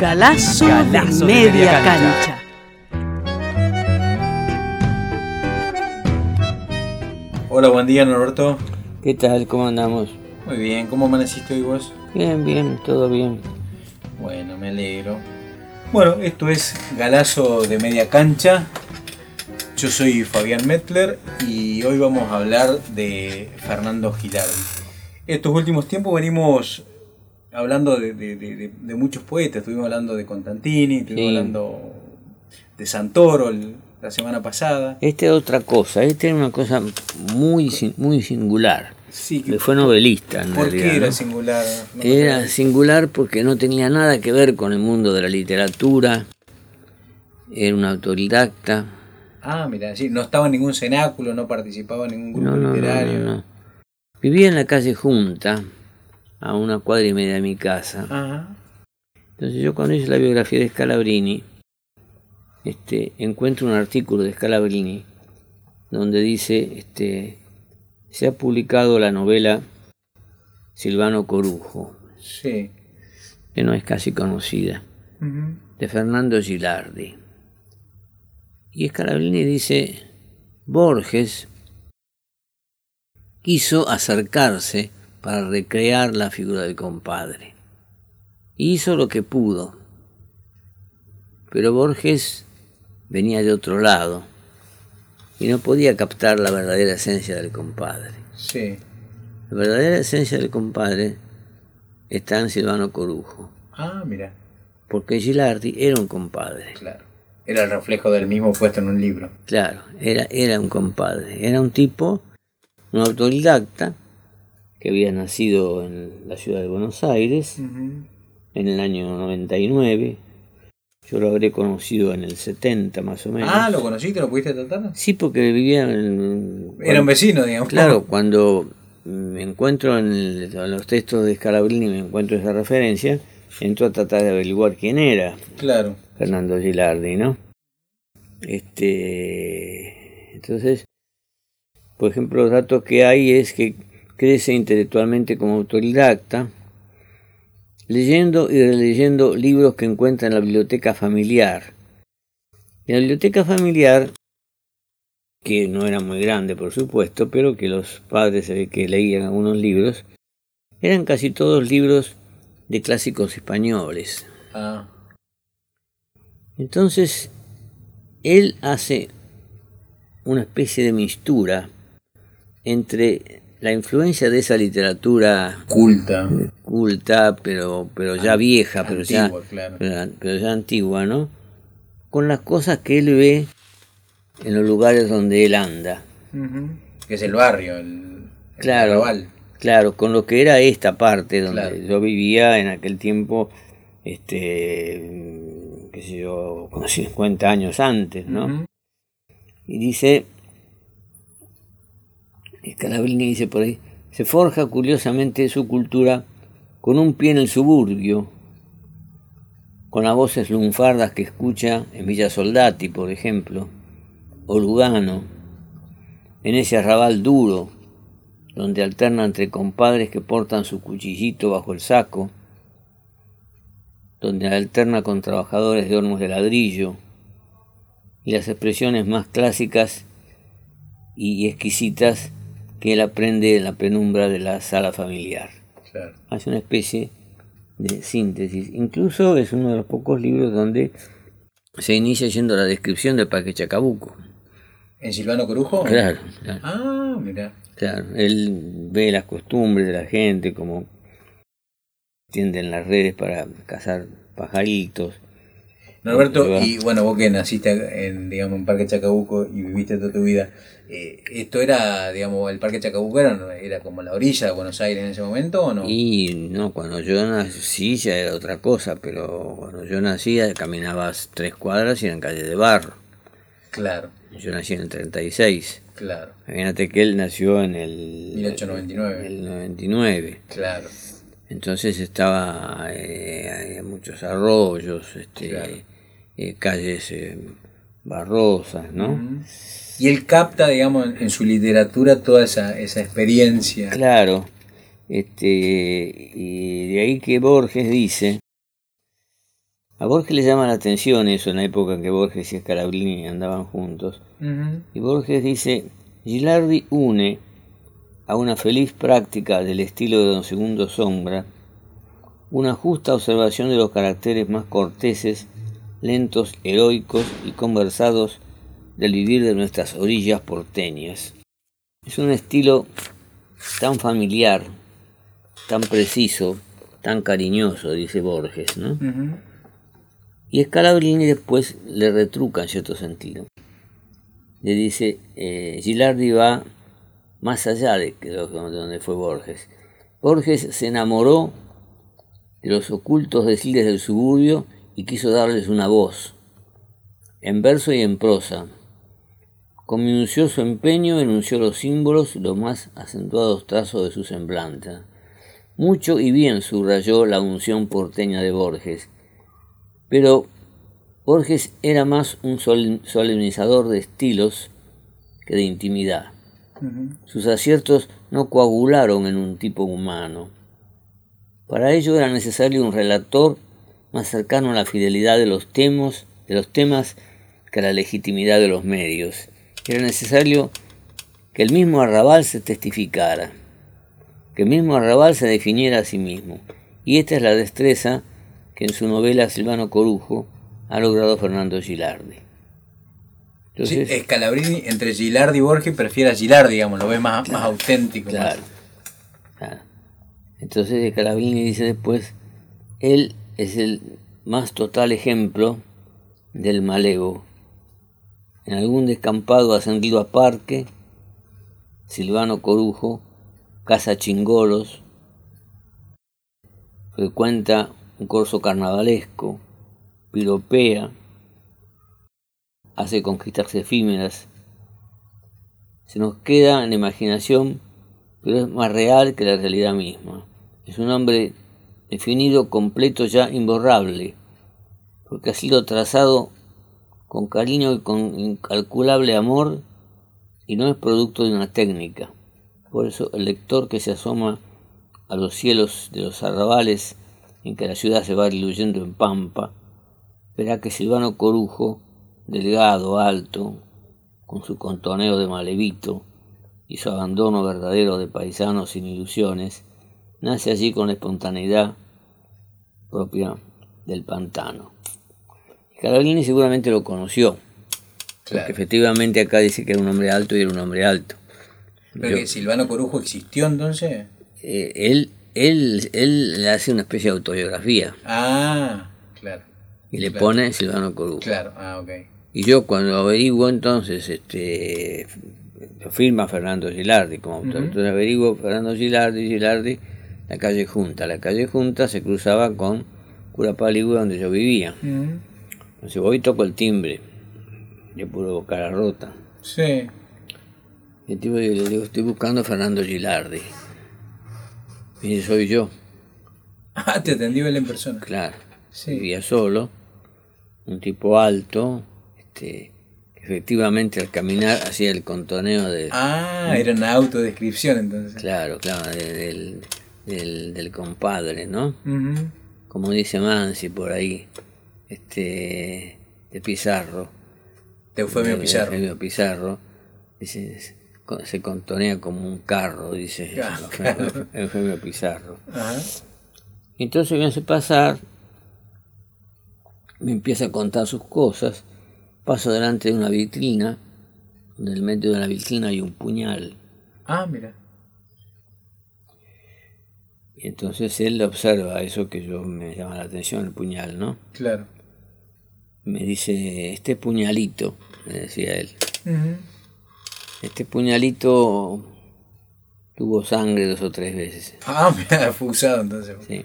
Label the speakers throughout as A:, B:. A: Galazo,
B: Galazo
A: de media,
B: cancha.
A: cancha.
C: Hola, buen día Norberto.
D: ¿Qué tal? ¿Cómo andamos?
C: Muy bien, ¿cómo amaneciste hoy vos?
D: Bien, bien, todo bien.
C: Bueno, me alegro. Bueno, esto es Galazo de Media Cancha. Yo soy Fabián Mettler y hoy vamos a hablar de Fernando Gilardi. Estos últimos tiempos venimos hablando de, de- de- de- de muchos poetas. Estuvimos hablando de Constantini, estuvimos
D: Sí.
C: hablando de Santoro el- la semana pasada.
D: Esta es otra cosa, esta es una cosa muy, sin- muy singular.
C: Sí,
D: Que fue novelista, en
C: ¿por
D: realidad,
C: qué era
D: ¿no?
C: singular? No me
D: Era singular porque no tenía nada que ver con el mundo de la literatura. Era un autodidacta.
C: Ah, mira, sí, no estaba en ningún cenáculo, no participaba en ningún grupo
D: No, no, no,
C: literario.
D: no, no. Vivía en la calle Junta, a una cuadra y media de mi casa.
C: Ajá.
D: Entonces yo cuando hice la biografía de Scalabrini, este, encuentro un artículo de Scalabrini donde dice, este, se ha publicado la novela Silvano Corujo,
C: Sí.
D: que no es casi conocida,
C: Ujú.
D: de Fernando Gilardi. Y Scalabrini dice, Borges quiso acercarse para recrear la figura del compadre. Hizo lo que pudo, pero Borges venía de otro lado y no podía captar la verdadera esencia del compadre.
C: Sí.
D: La verdadera esencia del compadre está en Silvano Corujo,
C: Ah, mira,
D: porque Gilardi era un compadre.
C: claro. Era el reflejo del mismo puesto en un libro.
D: Claro, era, era un compadre, era un tipo, un autodidacta, que había nacido en la ciudad de Buenos Aires en el año 99. Yo lo habré conocido en el 70 más o menos.
C: Ah, ¿lo conociste? ¿Lo pudiste tratar?
D: Sí, porque vivía en...
C: Era un vecino, digamos.
D: Claro, cuando me encuentro en, el- en los textos de Scalabrini, me encuentro esa referencia, entro a tratar de averiguar quién era.
C: Claro.
D: Fernando Gilardi, ¿no? Este, entonces, por ejemplo, los datos que hay es que crece intelectualmente como autodidacta, leyendo y releyendo libros que encuentra en la biblioteca familiar. La biblioteca familiar, que no era muy grande, por supuesto, pero que los padres se ve que leían algunos libros, eran casi todos libros de clásicos españoles.
C: Ah,
D: Entonces, él hace una especie de mixtura entre la influencia de esa literatura
C: culta.
D: culta, pero, pero ya vieja, pero ya,
C: Antigua, claro.
D: pero- pero ya antigua, ¿no? Con las cosas que él ve en los lugares donde él anda.
C: Que es el barrio, el, el
D: Claro,
C: carnaval.
D: claro, con lo que era esta parte donde
C: Claro.
D: yo vivía en aquel tiempo, este, mm, qué sé yo, como 50 años antes, ¿no?
C: Ujú.
D: Y dice, Scalabrini dice por ahí, se forja curiosamente su cultura con un pie en el suburbio, con las voces lunfardas que escucha en Villa Soldati, por ejemplo, o Lugano, en ese arrabal duro, donde alterna entre compadres que portan su cuchillito bajo el saco, donde alterna con trabajadores de hornos de ladrillo, y las expresiones más clásicas y exquisitas que él aprende en la penumbra de la sala familiar.
C: Claro.
D: Hace una especie de síntesis. Incluso es uno de los pocos libros donde se inicia yendo a la descripción del Parque Chacabuco.
C: ¿En Silvano Corujo?
D: Claro, claro,
C: Ah, mira.
D: claro. Él ve las costumbres de la gente, como tienden las redes para cazar pajaritos.
C: Norberto, y bueno, vos que naciste en, digamos, en Parque Chacabuco y viviste toda tu vida, eh, ¿esto era, digamos, el Parque Chacabuco era, era como la orilla de Buenos Aires en ese momento o no?
D: Y no, cuando yo nací ya era otra cosa, pero cuando yo nací caminabas tres cuadras y eran calles de barro.
C: Claro,
D: Yo nací en el 36.
C: claro,
D: Imagínate que él nació en el...
C: 1899.
D: El 99.
C: claro.
D: Entonces estaba eh, eh, muchos arroyos, este,
C: Claro.
D: eh, calles eh, barrosas, ¿no?
C: Y él capta, digamos, en, en su literatura toda esa, esa experiencia.
D: Claro. Este, y de ahí que Borges dice, a Borges le llama la atención eso en la época en que Borges y Scarabrini andaban juntos,
C: Ujú.
D: Y Borges dice, Gilardi une a una feliz práctica del estilo de Don Segundo Sombra una justa observación de los caracteres más corteses, lentos, heroicos y conversados del vivir de nuestras orillas porteñas. Es un estilo tan familiar, tan preciso, tan cariñoso, dice Borges, ¿no?
C: Ujú.
D: Y Scalabrini después le retruca en cierto sentido. Le dice, eh, Gilardi va más allá de que lo- de donde fue Borges. Borges se enamoró de los ocultos deciles del suburbio y quiso darles una voz, en verso y en prosa. Con minucioso empeño enunció los símbolos, los más acentuados trazos de su semblante. Mucho y bien subrayó la unción porteña de Borges, pero Borges era más un sol- solemnizador de estilos que de intimidad.
C: Ujú.
D: Sus aciertos no coagularon en un tipo humano. Para ello era necesario un relator más cercano a la fidelidad de los, temos, de los temas que a la legitimidad de los medios. Era necesario que el mismo arrabal se testificara, que el mismo arrabal se definiera a sí mismo. Y esta es la destreza que en su novela Silvano Corujo ha logrado Fernando Gilardi.
C: Sí, Scalabrini, entre Gilardi y Borges, prefiere a Gilardi, digamos, lo ve más, más auténtico. más-
D: Claro. claro. Entonces Calabrini dice después, él es el más total ejemplo del malevo. En algún descampado ascendido a parque, Silvano Corujo, Casa Chingolos, frecuenta un corso carnavalesco, piropea, hace conquistas efímeras, se nos queda en la imaginación, pero es más real que la realidad misma. Es un hombre definido, completo, ya imborrable, porque ha sido trazado con cariño y con incalculable amor y no es producto de una técnica. Por eso el lector que se asoma a los cielos de los arrabales en que la ciudad se va diluyendo en pampa, verá que Silvano Corujo, delgado, alto, con su contoneo de malevito y su abandono verdadero de paisano sin ilusiones, nace allí con la espontaneidad propia del pantano. Carolini seguramente lo conoció,
C: claro.
D: que efectivamente acá dice que era un hombre alto y era un hombre alto.
C: Pero que Silvano Corujo existió entonces.
D: Eh, él, él, él le hace una especie de autobiografía
C: Ah, claro.
D: y le
C: Claro.
D: pone Silvano Corujo.
C: Claro, ah, ok.
D: Y yo cuando averiguo entonces, este, lo firma Fernando Gilardi como autor. Entonces averiguo Fernando Gilardi, Gilardi, la calle Junta. La calle Junta se cruzaba con Cura Paligua donde yo vivía.
C: Ujú.
D: Entonces voy y toco el timbre, de puro cara rota.
C: Sí.
D: Y el tipo le digo, estoy buscando a Fernando Gilardi. Y dice, soy yo,
C: Ah, te atendió él en persona.
D: claro.
C: Sí.
D: Vivía solo, un tipo alto, este, que efectivamente al caminar hacía el contoneo de...
C: Ah, era una autodescripción entonces.
D: Claro, claro, de- del, del- del compadre, ¿no?
C: Ujú.
D: Como dice Mansi por ahí, este, de Pizarro.
C: De Eufemio
D: de-
C: Pizarro.
D: de Eufemio Pizarro. Dice, es- con- se contonea como un carro, dice
C: Ah,
D: Eufemio, Eufemio Pizarro.
C: Ajá.
D: Entonces me hace pasar, me empieza a contar sus cosas, paso delante de una vitrina, donde en el medio de la vitrina hay un puñal.
C: Ah, mira.
D: Y entonces él observa eso que yo me llama la atención, el puñal, ¿no?
C: Claro.
D: me dice, este puñalito, me decía él, este puñalito tuvo sangre dos o tres veces.
C: Ah, mira, fue usado entonces.
D: Sí.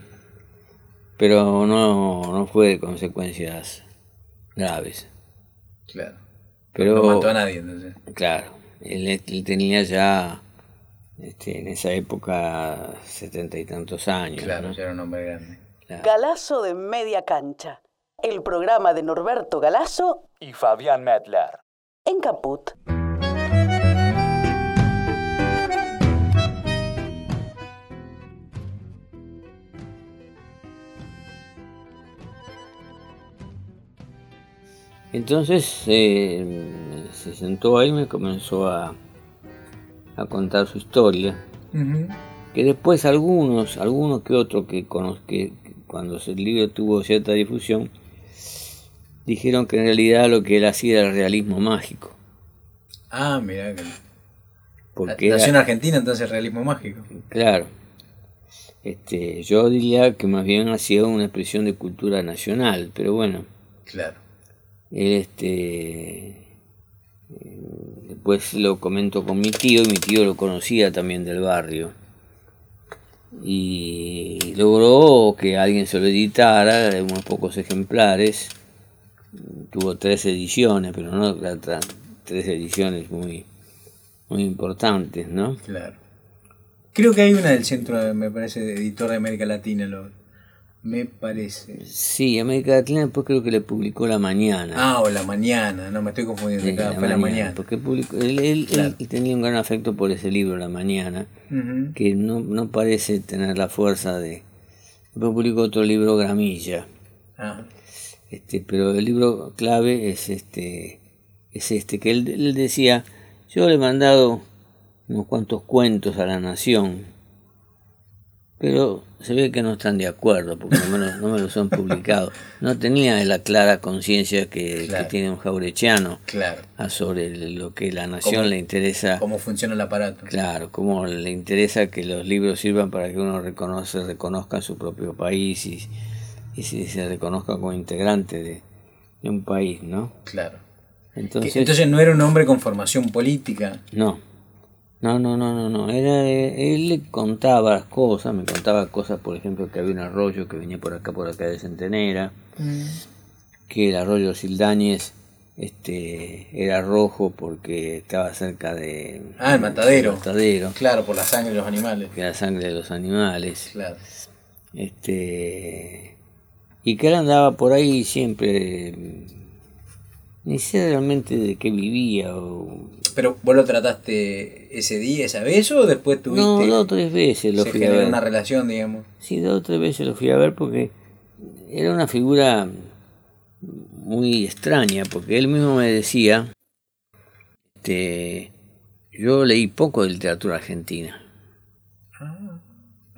D: Pero no, no fue de consecuencias graves.
C: Claro.
D: Pero,
C: No mató a nadie entonces.
D: Claro, él, él tenía ya este, en esa época setenta y tantos años.
C: Claro,
D: ¿no?
C: ya era un hombre grande.
D: Claro.
A: Galazo de media cancha. El programa de Norberto Galazo
B: y Fabián Medler.
A: en Caput.
D: Entonces eh, se sentó ahí y me comenzó a, a contar su historia. Que después algunos, algunos que otros que, cono- que que cuando el libro tuvo cierta difusión, dijeron que en realidad lo que él hacía era realismo mágico.
C: Ah, mira. que-
D: Porque era-
C: Nació en Argentina entonces el realismo mágico.
D: Claro. Este, yo diría que más bien hacía una expresión de cultura nacional, pero bueno,
C: Claro.
D: él, este eh, después lo comento con mi tío, y mi tío lo conocía también del barrio. Y logró que alguien se lo editara, de unos pocos ejemplares. Tuvo tres ediciones, pero no tra- tra- tres ediciones muy, muy importantes, ¿no?
C: Claro. Creo que hay una del centro, me parece, de editor de América Latina. Lo... Me parece.
D: Sí, América Latina después creo que le publicó La Mañana.
C: Ah, o la mañana. No, me estoy confundiendo.
D: Sí,
C: claro, fue la mañana.
D: Porque publicó- él, él- él
C: Claro.
D: tenía un gran afecto por ese libro, La Mañana,
C: Ujú.
D: que no, no parece tener la fuerza de... Después publicó otro libro, Gramilla.
C: Ah,
D: Este, pero el libro clave es este, es este que él, él decía, yo le he mandado unos cuantos cuentos a la nación, pero se ve que no están de acuerdo porque no me, lo- no me los han publicado. No tenía la clara conciencia que, que
C: Claro.
D: tiene un jaurechiano
C: claro.
D: a sobre lo que la nación
C: Cómo-
D: le interesa.
C: ¿Cómo funciona el aparato?
D: Ah. Claro, como le interesa que los libros sirvan para que uno reconoce, reconozca su propio país y, y se, se reconozca como integrante de, de un país, ¿no?
C: Claro. Que-
D: Entonces,
C: Entonces, no era un hombre con formación política.
D: no, no, no, no, no, no. Era, eh, él le contaba las cosas, me contaba cosas, por ejemplo, que había un arroyo que venía por acá, por acá de Centenera,
C: Mm.
D: que el arroyo Sildáñez este, era rojo porque estaba cerca de...
C: Ah, el matadero.
D: matadero,
C: Claro, por la sangre de los animales.
D: que era sangre de los animales.
C: Claro.
D: Este, y que él andaba por ahí siempre, mm, ni sé realmente de qué vivía. O...
C: Pero vos lo trataste ese día, esa vez, o después tuviste.
D: No, dos o tres veces lo
C: se
D: fui a
C: generó
D: ver.
C: una relación, digamos.
D: Sí, dos o tres veces lo fui a ver porque era una figura muy extraña, porque él mismo me decía, este, yo leí poco de literatura argentina.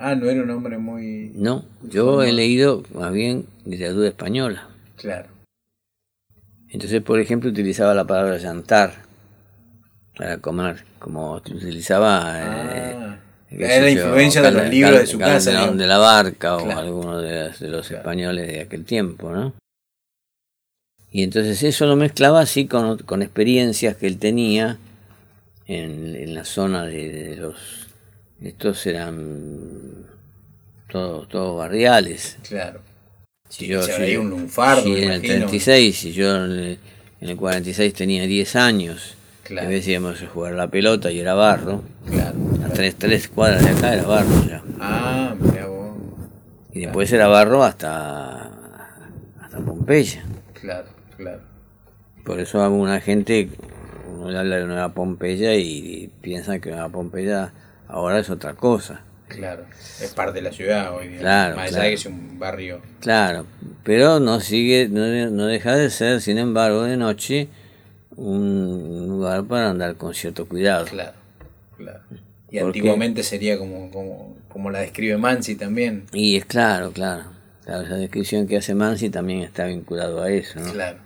C: Ah, no era un hombre muy.
D: No, yo he leído más bien literatura española.
C: Claro.
D: Entonces, por ejemplo, utilizaba la palabra llantar para comer, como utilizaba eh,
C: Ah.
D: qué
C: Era la
D: sé yo,
C: influencia de
D: Cal-
C: los libros de
D: Cal-
C: su
D: Cal-
C: casa.
D: Calderón
C: digamos.
D: de la Barca o
C: Claro.
D: alguno de los, de los
C: Claro.
D: españoles de aquel tiempo, ¿no? Y entonces eso lo mezclaba así con, con experiencias que él tenía en, en la zona de, de los... Estos eran todos todos barriales.
C: Claro.
D: Si yo,
C: se
D: si-
C: habrá ido un lunfardo,
D: si
C: me
D: en el
C: imagino.
D: 36, si yo en el, en el 46 tenía 10 años,
C: Claro.
D: a veces íbamos a jugar a la pelota y era barro,
C: Claro.
D: a 3, cuadras de acá era barro ya.
C: Ah, mira vos.
D: Y después era barro hasta, hasta Pompeya.
C: Claro, claro.
D: Por eso alguna gente, uno le habla de Nueva Pompeya y piensa que Nueva Pompeya ahora es otra cosa.
C: Claro. Es parte de la ciudad hoy. digamos.
D: Claro,
C: Más allá
D: claro.
C: de que es un barrio.
D: Claro, pero no sigue, no, de- no deja de ser, sin embargo, de noche un lugar para andar con cierto cuidado.
C: Claro, claro. Y
D: ¿Por
C: antiguamente sería como, como, como la describe Mansi también.
D: Y es claro, claro, claro, esa descripción que hace Mansi también está vinculado a eso, ¿no?
C: Claro,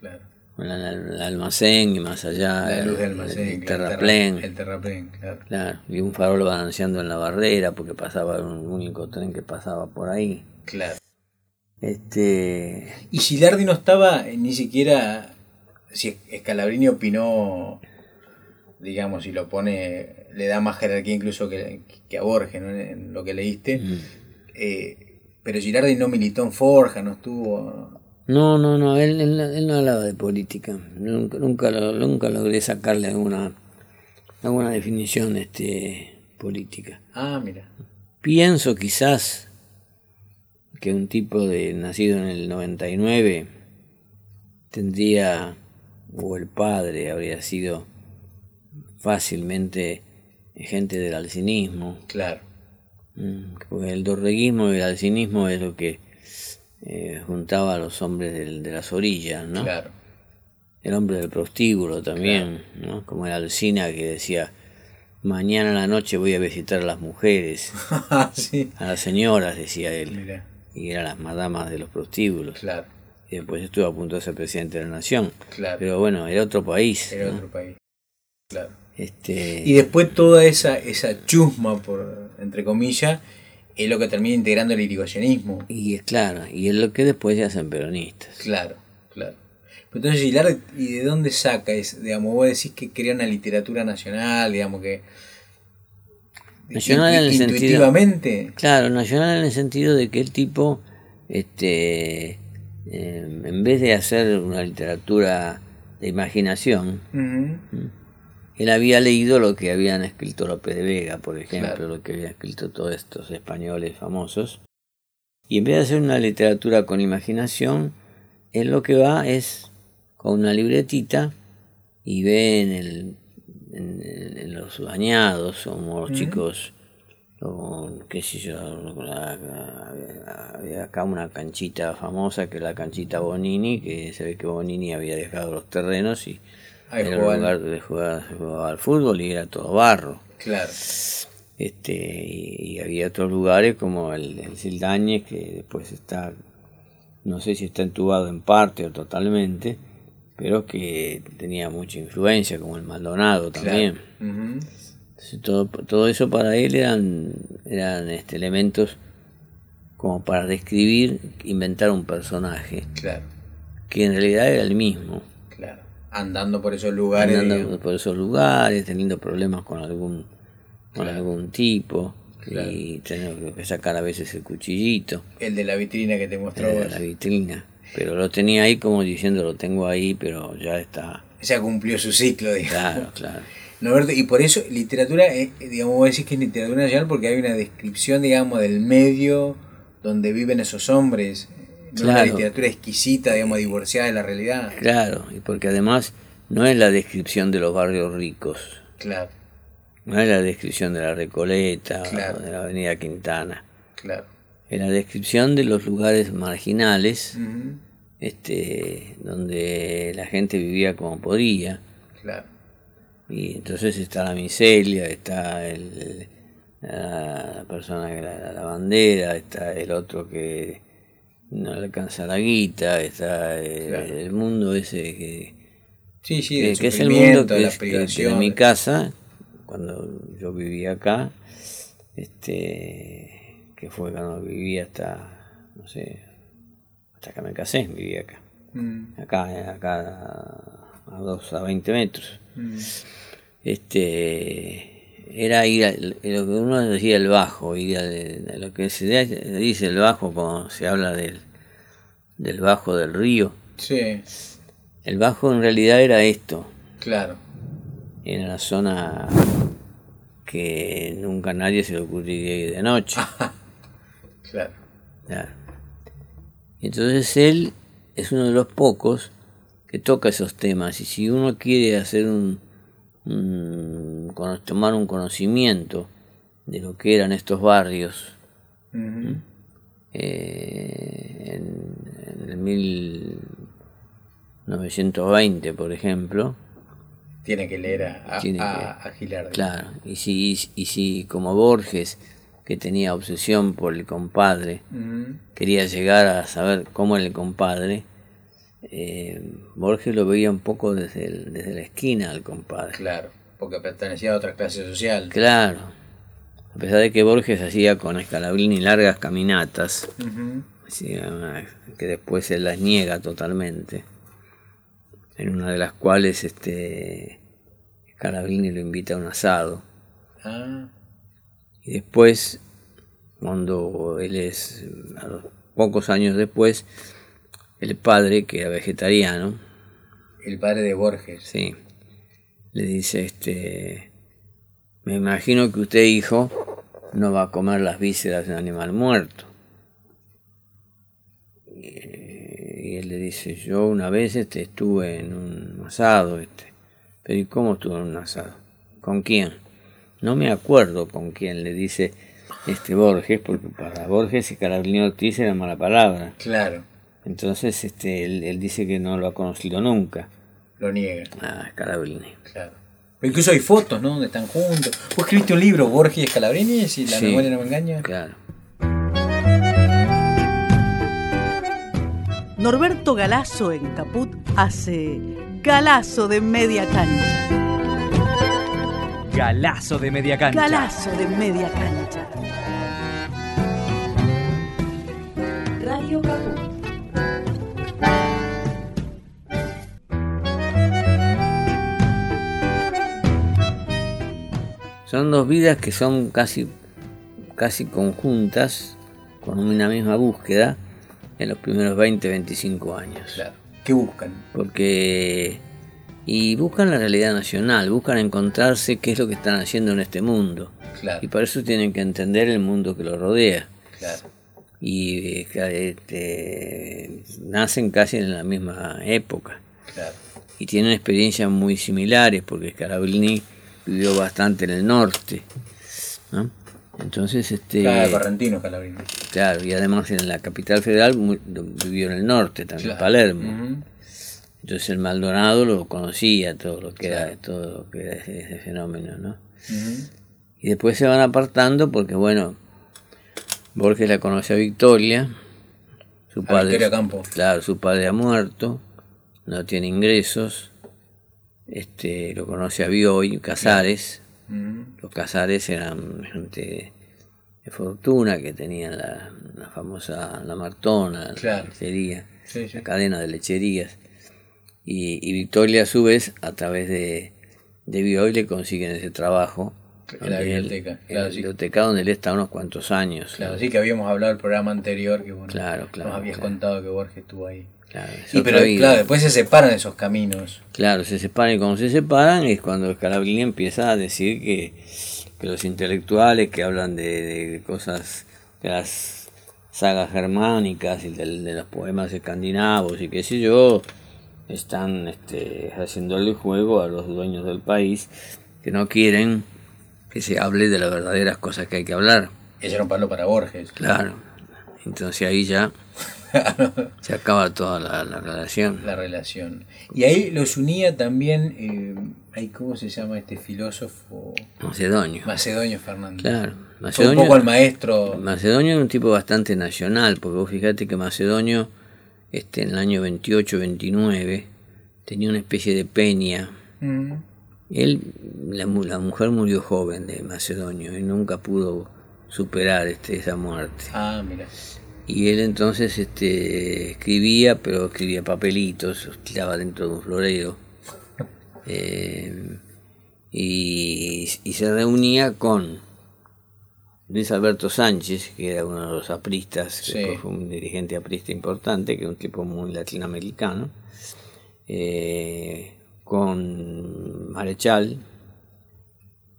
C: claro.
D: Con la- la- el almacén y más allá,
C: La luz del
D: Ah, el,
C: almacén.
D: el
C: claro,
D: terraplén,
C: El terraplén, claro.
D: claro, y un farol balanceando en la barrera porque pasaba un único tren que pasaba por ahí.
C: Claro.
D: Este,
C: Y Gilardi no estaba eh, ni siquiera. Si Scalabrini opinó, digamos, si lo pone, le da más jerarquía incluso que, que a Borges ¿no? en lo que leíste.
D: Mm.
C: Eh, pero Gilardi no militó en Forja, no estuvo.
D: no, no, no, él, él- él no hablaba de política. Nunca, nunca, lo- nunca logré sacarle alguna, alguna definición este, política.
C: Ah, mira.
D: Pienso quizás que un tipo de nacido en el 99 tendría, o el padre habría sido fácilmente gente del alcinismo,
C: Claro.
D: mm, porque el dorreguismo y el alcinismo es lo que eh, juntaba a los hombres del- de las orillas, ¿no?
C: Claro.
D: el hombre del prostíbulo también, ¿no? como el alcina que decía, mañana a la noche voy a visitar a las mujeres,
C: Ah, sí.
D: a las señoras, decía él
C: Mira.
D: y eran las madamas de los prostíbulos.
C: Claro.
D: Y después estuvo a punto de ser presidente de la nación.
C: Claro.
D: Pero bueno, era otro país.
C: Era
D: ¿no?
C: otro país. Claro.
D: Este,
C: Y después toda esa, esa chusma, por entre comillas, es lo que termina integrando el irigoyenismo.
D: y es claro, y es lo que después se hacen peronistas.
C: Claro, claro. Pero entonces Gilardi, ¿y de dónde saca? Es, digamos, vos decís que crea una literatura nacional, digamos que...
D: Nacional en el sentido-
C: Intuitivamente,
D: Claro, nacional en el sentido de que el tipo, este, eh, en vez de hacer una literatura de imaginación,
C: ujú,
D: él había leído lo que habían escrito López de Vega, por ejemplo,
C: Claro.
D: lo que habían escrito todos estos españoles famosos. Y en vez de hacer una literatura con imaginación, él lo que va es con una libretita y ve en, el, en, en- en los bañados, como los chicos, o qué sé yo, la- la- había acá una canchita famosa que es la canchita Bonini, que se ve que Bonini había dejado los terrenos y
C: Ahí
D: era
C: jugaban.
D: un lugar de jugar, se jugaba al fútbol y era todo barro.
C: claro,
D: Este, y, y había otros lugares como el, el Sildañez, que después está, no sé si está entubado en parte o totalmente, pero que tenía mucha influencia, como el Maldonado también.
C: ujú,
D: Entonces, todo, todo eso para él eran, eran este, elementos como para describir, inventar un personaje,
C: claro,
D: que en realidad era el mismo.
C: claro. Andando por esos lugares,
D: andando
C: digamos,
D: por esos lugares, teniendo problemas con algún con
C: Claro.
D: algún tipo
C: Claro.
D: y teniendo que sacar a veces el cuchillito
C: el de la vitrina que te mostró
D: de
C: vos.
D: la vitrina. Pero lo tenía ahí como diciendo lo tengo ahí, pero ya está.
C: Ya cumplió su ciclo, digamos.
D: Claro, claro.
C: No, Alberto, y por eso literatura, eh, digamos, vos decís que es literatura nacional porque hay una descripción, digamos, del medio donde viven esos hombres. eh, No una
D: Claro.
C: literatura exquisita, digamos, divorciada de la realidad.
D: Claro, y porque además no es la descripción de los barrios ricos,
C: Claro,
D: no es la descripción de la Recoleta
C: Claro.
D: o de la Avenida Quintana,
C: claro.
D: es la descripción de los lugares marginales
C: Ujú,
D: este, donde la gente vivía como podía.
C: Claro,
D: Y entonces está la miseria, está el, la, la persona que la, la bandera, está el otro que no le alcanza la guita, está el,
C: Claro.
D: el mundo ese que,
C: Sí, sí,
D: que-
C: del
D: que es el
C: sufrimiento,
D: mundo que,
C: la
D: es- que- que
C: privación.
D: en mi casa, cuando yo vivía acá, este que fue cuando viví hasta, no sé, hasta que me casé, viví acá
C: Mm,
D: acá, eh, acá a 2 a 20 metros.
C: mm,
D: Este era ir a lo que uno decía el bajo, ir al- a lo que se de- dice el bajo cuando se habla del, del bajo del río.
C: Sí,
D: El bajo en realidad era esto,
C: claro,
D: era la zona que nunca a nadie se le ocurriría ir de noche.
C: claro.
D: Claro. Entonces él es uno de los pocos que toca esos temas y si uno quiere hacer un, un- cono- tomar un conocimiento de lo que eran estos barrios
C: Ujú,
D: eh, en, en el 1920 por ejemplo
C: Tiene que leer a, a,
D: Tiene
C: a- a Gilardi.
D: claro y si y si como Borges que tenía obsesión por el compadre
C: Ujú,
D: quería llegar a saber cómo era el compadre, eh, Borges lo veía un poco desde, el- desde la esquina al compadre.
C: Claro, porque pertenecía a otra clase social.
D: Claro. A pesar de que Borges hacía con Scalabrini largas caminatas
C: Ujú,
D: sí, que después se las niega totalmente, en una de las cuales este Calabrini lo invita a un asado.
C: Ah,
D: Y después, cuando él es, a los pocos años después, el padre, que era vegetariano,
C: el padre de Borges.
D: sí, le dice, este, me imagino que usted, hijo, no va a comer las vísceras de un animal muerto. Eh, Y y él le dice, yo una vez este, estuve en un asado, este. pero ¿y cómo estuve en un asado? ¿Con quién? No me acuerdo con quién, le dice este Borges, porque para Borges y Carolina Ortiz era mala palabra.
C: Claro,
D: Entonces este, él, él dice que no lo ha conocido nunca Ah,
C: lo niega.
D: a Scalabrini.
C: Claro. Incluso hay fotos, ¿no? Donde están juntos. Vos escribiste un libro, Borges y Scalabrini, si la
D: Sí.
C: memoria no me engaña.
D: Claro.
A: Norberto Galazo en Caput hace Galazo de media cancha.
B: Galazo de media cancha.
A: Galazo de media cancha.
E: Radio Caput.
D: Son dos vidas que son casi, casi conjuntas, con una misma búsqueda, en los primeros 20, 25 años.
C: Claro. ¿Qué buscan?
D: Porque. Y buscan la realidad nacional, buscan encontrarse qué es lo que están haciendo en este mundo.
C: Claro,
D: Y para eso tienen que entender el mundo que los rodea.
C: claro.
D: Y eh, ca- este, nacen casi en la misma época.
C: Claro,
D: y tienen experiencias muy similares porque Scalabrini vivió bastante en el norte. ¿no? Entonces, este,
C: claro Ah, Correntino Scalabrini.
D: claro, y además en la capital federal mu- lo- vivió en el norte, también en Palermo.
C: Ujú.
D: Entonces el Maldonado lo conocía, todo lo que era, todo lo que era ese, ese fenómeno, ¿no?
C: Ujú.
D: Y después se van apartando porque, bueno, Borges la conoce a Victoria, su
C: A
D: padre,
C: Victoria Campo.
D: Claro, su padre ha muerto, no tiene ingresos, este, lo conoce a Bioy, Casares,
C: Ujú.
D: los Casares eran gente de fortuna que tenían la, la famosa La Martona, la
C: Claro.
D: lechería,
C: Sí, sí.
D: la cadena de lecherías. Y, y Victoria, a su vez, a través de, de Bioy, le consiguen ese trabajo.
C: En
D: donde
C: la
D: él-
C: biblioteca,
D: en
C: claro,
D: la
C: sí.
D: biblioteca donde él está unos cuantos años.
C: Claro, sí que habíamos hablado el programa anterior que bueno,
D: Claro, claro,
C: nos habías
D: claro.
C: contado que Borges estuvo ahí.
D: Claro, es
C: Y
D: otra
C: pero
D: vida.
C: claro, después se separan esos caminos.
D: Claro, se separan y cuando se separan es cuando Scalabrini empieza a decir que, que los intelectuales que hablan de, de cosas de las sagas germánicas y del- de, los poemas escandinavos y qué sé yo, están este, haciéndole juego a los dueños del país que no quieren que se hable de las verdaderas cosas que hay que hablar.
C: Ese era un palo para Borges.
D: Claro, entonces ahí ya se acaba toda la, la relación.
C: La relación. Y ahí los unía también, eh, ahí, ¿cómo se llama este filósofo?
D: Macedonio.
C: Macedonio Fernández.
D: Claro,
C: Fue un
D: Macedonio.
C: poco el maestro.
D: Macedonio era un tipo bastante nacional, porque vos fijate que Macedonio, este, en el año 28-29, tenía una especie de peña.
C: Mm.
D: Él, la, mu- la mujer murió joven de Macedonio y nunca pudo superar este, esa muerte.
C: Ah, mira.
D: Y él entonces este, escribía, pero escribía papelitos, los tiraba dentro de un florero. Eh, y, y se reunía con Luis Alberto Sánchez, que era uno de los apristas, que
C: Sí.
D: después fue un dirigente aprista importante, que era un tipo muy latinoamericano, eh, con Marechal,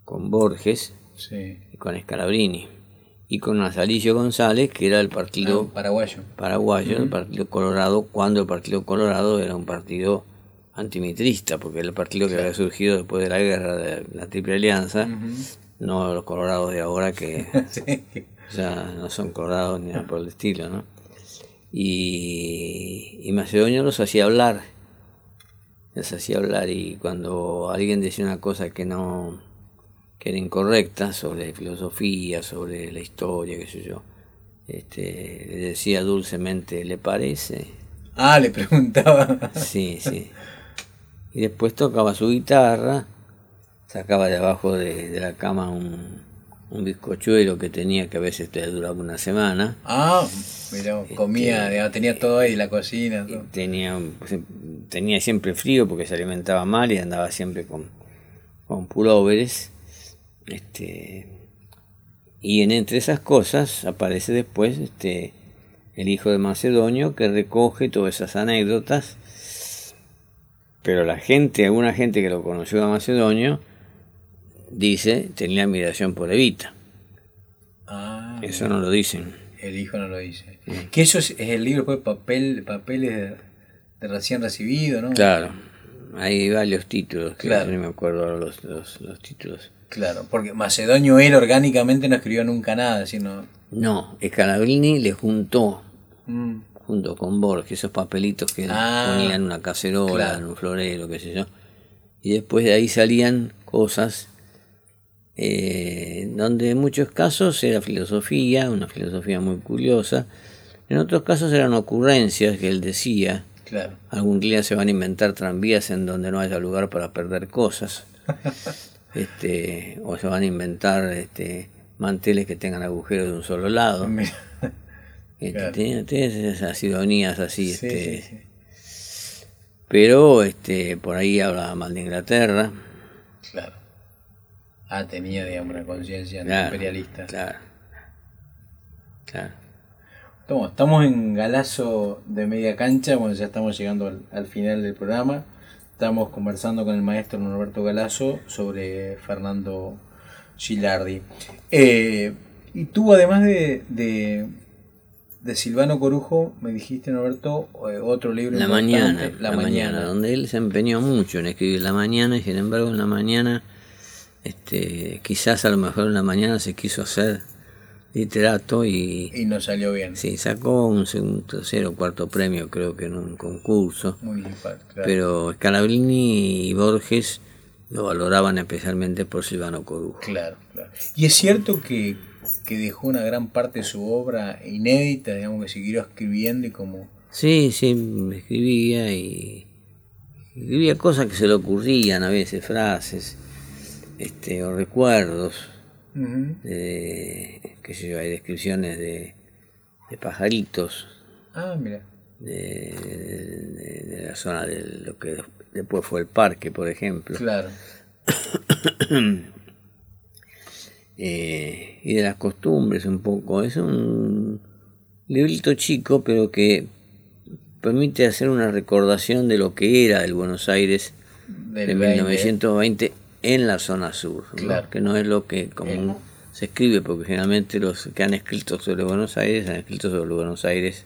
D: con Borges
C: Sí.
D: y con Scalabrini. Y con Azalillo González, que era el partido
C: Ah, paraguayo.
D: paraguayo, el Partido Colorado, cuando el Partido Colorado era un partido antimitrista, porque era el partido que había surgido después de la guerra de la Triple Alianza, no los colorados de ahora que ya no son colorados ni nada por el estilo, ¿no? Y, y Macedonio los hacía hablar, les hacía hablar y cuando alguien decía una cosa que no que era incorrecta sobre filosofía, sobre la historia, qué sé yo, este, le decía dulcemente, ¿le parece?
C: Ah, le preguntaba.
D: Sí, sí. Y después tocaba su guitarra, sacaba de abajo de, de la cama un, un bizcochuelo que tenía que a veces te duraba una semana.
C: Ah, mira, comía, digamos, tenía todo ahí, la cocina.
D: Y
C: todo.
D: tenía, tenía siempre frío porque se alimentaba mal y andaba siempre con, con pulóveres. Este, y en entre esas cosas aparece después este, el hijo de Macedonio que recoge todas esas anécdotas. Pero la gente, alguna gente que lo conoció a Macedonio, dice tenía admiración por Evita.
C: Ah,
D: Eso no lo dicen.
C: el hijo no lo dice. Que eso es, es el libro, pues, papel, papeles de, de recién recibido, ¿no?
D: Claro, hay varios títulos, que
C: Mm. Claro.
D: no me acuerdo ahora los, los, los títulos.
C: Claro, porque Macedonio él orgánicamente no escribió nunca nada, sino...
D: No, Scalabrini le juntó,
C: Mm,
D: junto con Borges, esos papelitos que
C: Ah,
D: ponían en una cacerola,
C: claro.
D: en un florero, qué sé yo. Y después de ahí salían cosas eh, donde en muchos casos era filosofía, una filosofía muy curiosa. En otros casos eran ocurrencias que él decía.
C: claro.
D: Algún día se van a inventar tranvías en donde no haya lugar para perder cosas. Este, o se van a inventar este, manteles que tengan agujeros de un solo lado.
C: Mira,
D: Este,
C: claro.
D: tiene- tiene esas ironías así.
C: sí, sí,
D: este,
C: sí.
D: Pero este, por ahí hablaba mal de Inglaterra.
C: Claro. Ah, tenía, digamos, una conciencia
D: Claro,
C: imperialista.
D: Claro. Claro.
C: Estamos, estamos en Galazo de Media Cancha, bueno, ya estamos llegando al, al final del programa. Estamos conversando con el maestro Norberto Galazo sobre Fernando Gilardi. Eh, y tú, además de, de, de Silvano Corujo, me dijiste, Norberto, eh, otro libro
D: La
C: importante,
D: mañana,
C: La, mañana.
D: donde él se empeñó mucho en escribir la mañana y sin embargo en la mañana, este, quizás a lo mejor en la mañana se quiso hacer literato y
C: Y no salió bien.
D: sí, sacó un, segundo, tercer o cuarto premio creo que en un concurso,
C: Muy impar, claro.
D: pero Scalabrini y Borges lo valoraban especialmente por Silvano Corujo.
C: Claro, claro. Y es cierto que, que dejó una gran parte de su obra inédita, digamos que siguió escribiendo y como...
D: Sí, sí, escribía y escribía cosas que se le ocurrían a veces, frases este, o recuerdos. de, qué sé yo, hay descripciones de, de pajaritos
C: Ah, mira.
D: de, de- de la zona de lo que después fue el parque, por ejemplo,
C: Claro,
D: Eh, y de las costumbres un poco. Es un librito chico, pero que permite hacer una recordación de lo que era el Buenos Aires
C: del
D: de
C: 20.
D: 1920 en la zona sur, ¿no?
C: Claro. Eh.
D: que no es lo que común se escribe, porque generalmente los que han escrito sobre Buenos Aires han escrito sobre Buenos Aires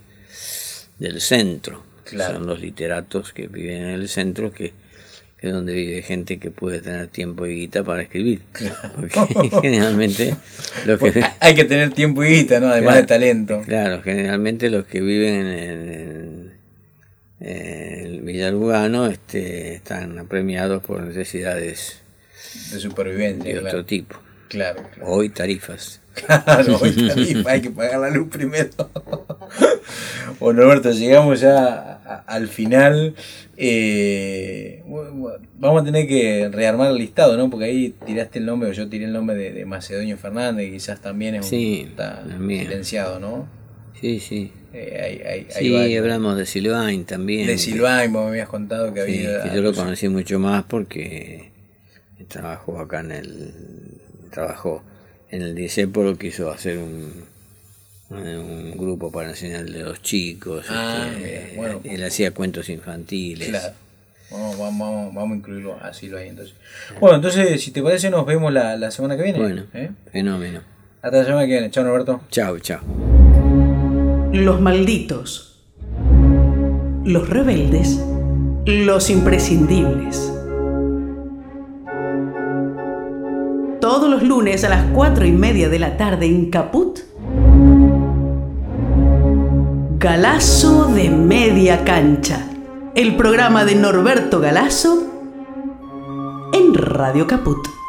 D: del centro.
C: Claro.
D: Son los literatos que viven en el centro, que, que es donde vive gente que puede tener tiempo y guita para escribir. Porque generalmente los que...
C: Bueno, Hay que tener tiempo y guita, ¿no? Además de talento.
D: Claro, generalmente los que viven en, en- en el Villarugano este, están apremiados por necesidades
C: De supervivencia,
D: de otro
C: claro.
D: tipo.
C: Claro, claro.
D: Hoy tarifas.
C: Claro, hoy tarifa, hay que pagar la luz primero. Bueno, Norberto, llegamos ya a- al final. Eh, bu- bu- vamos a tener que rearmar el listado, ¿no? Porque ahí tiraste el nombre, o yo tiré el nombre de, de Macedonio Fernández, que quizás también es un-
D: Sí,
C: está
D: también.
C: silenciado, ¿no?
D: Sí, sí.
C: Eh, hay- hay- hay
D: Sí,
C: varios.
D: hablamos de Silvain también.
C: de
D: que-
C: Silvain, vos me habías contado que
D: sí,
C: había.
D: que yo lo conocí mucho más porque trabajó acá en el. Trabajó en el Disépolo, quiso hacer un, un grupo para enseñarle a los chicos.
C: Ah,
D: este,
C: mira, bueno.
D: Él hacía cuentos infantiles.
C: Claro. Vamos, vamos, vamos, vamos a incluirlo así lo hay entonces. Bueno, entonces, si te parece, nos vemos la, la semana que viene.
D: Bueno,
C: ¿eh?
D: fenómeno.
C: Hasta la semana que viene. Chao, Norberto.
D: Chao, chao.
A: Los malditos. Los rebeldes. Los imprescindibles. Todos los lunes a las 4 y media de la tarde en Caput. Galazo de Media Cancha. El programa de Norberto Galazo en Radio Caput.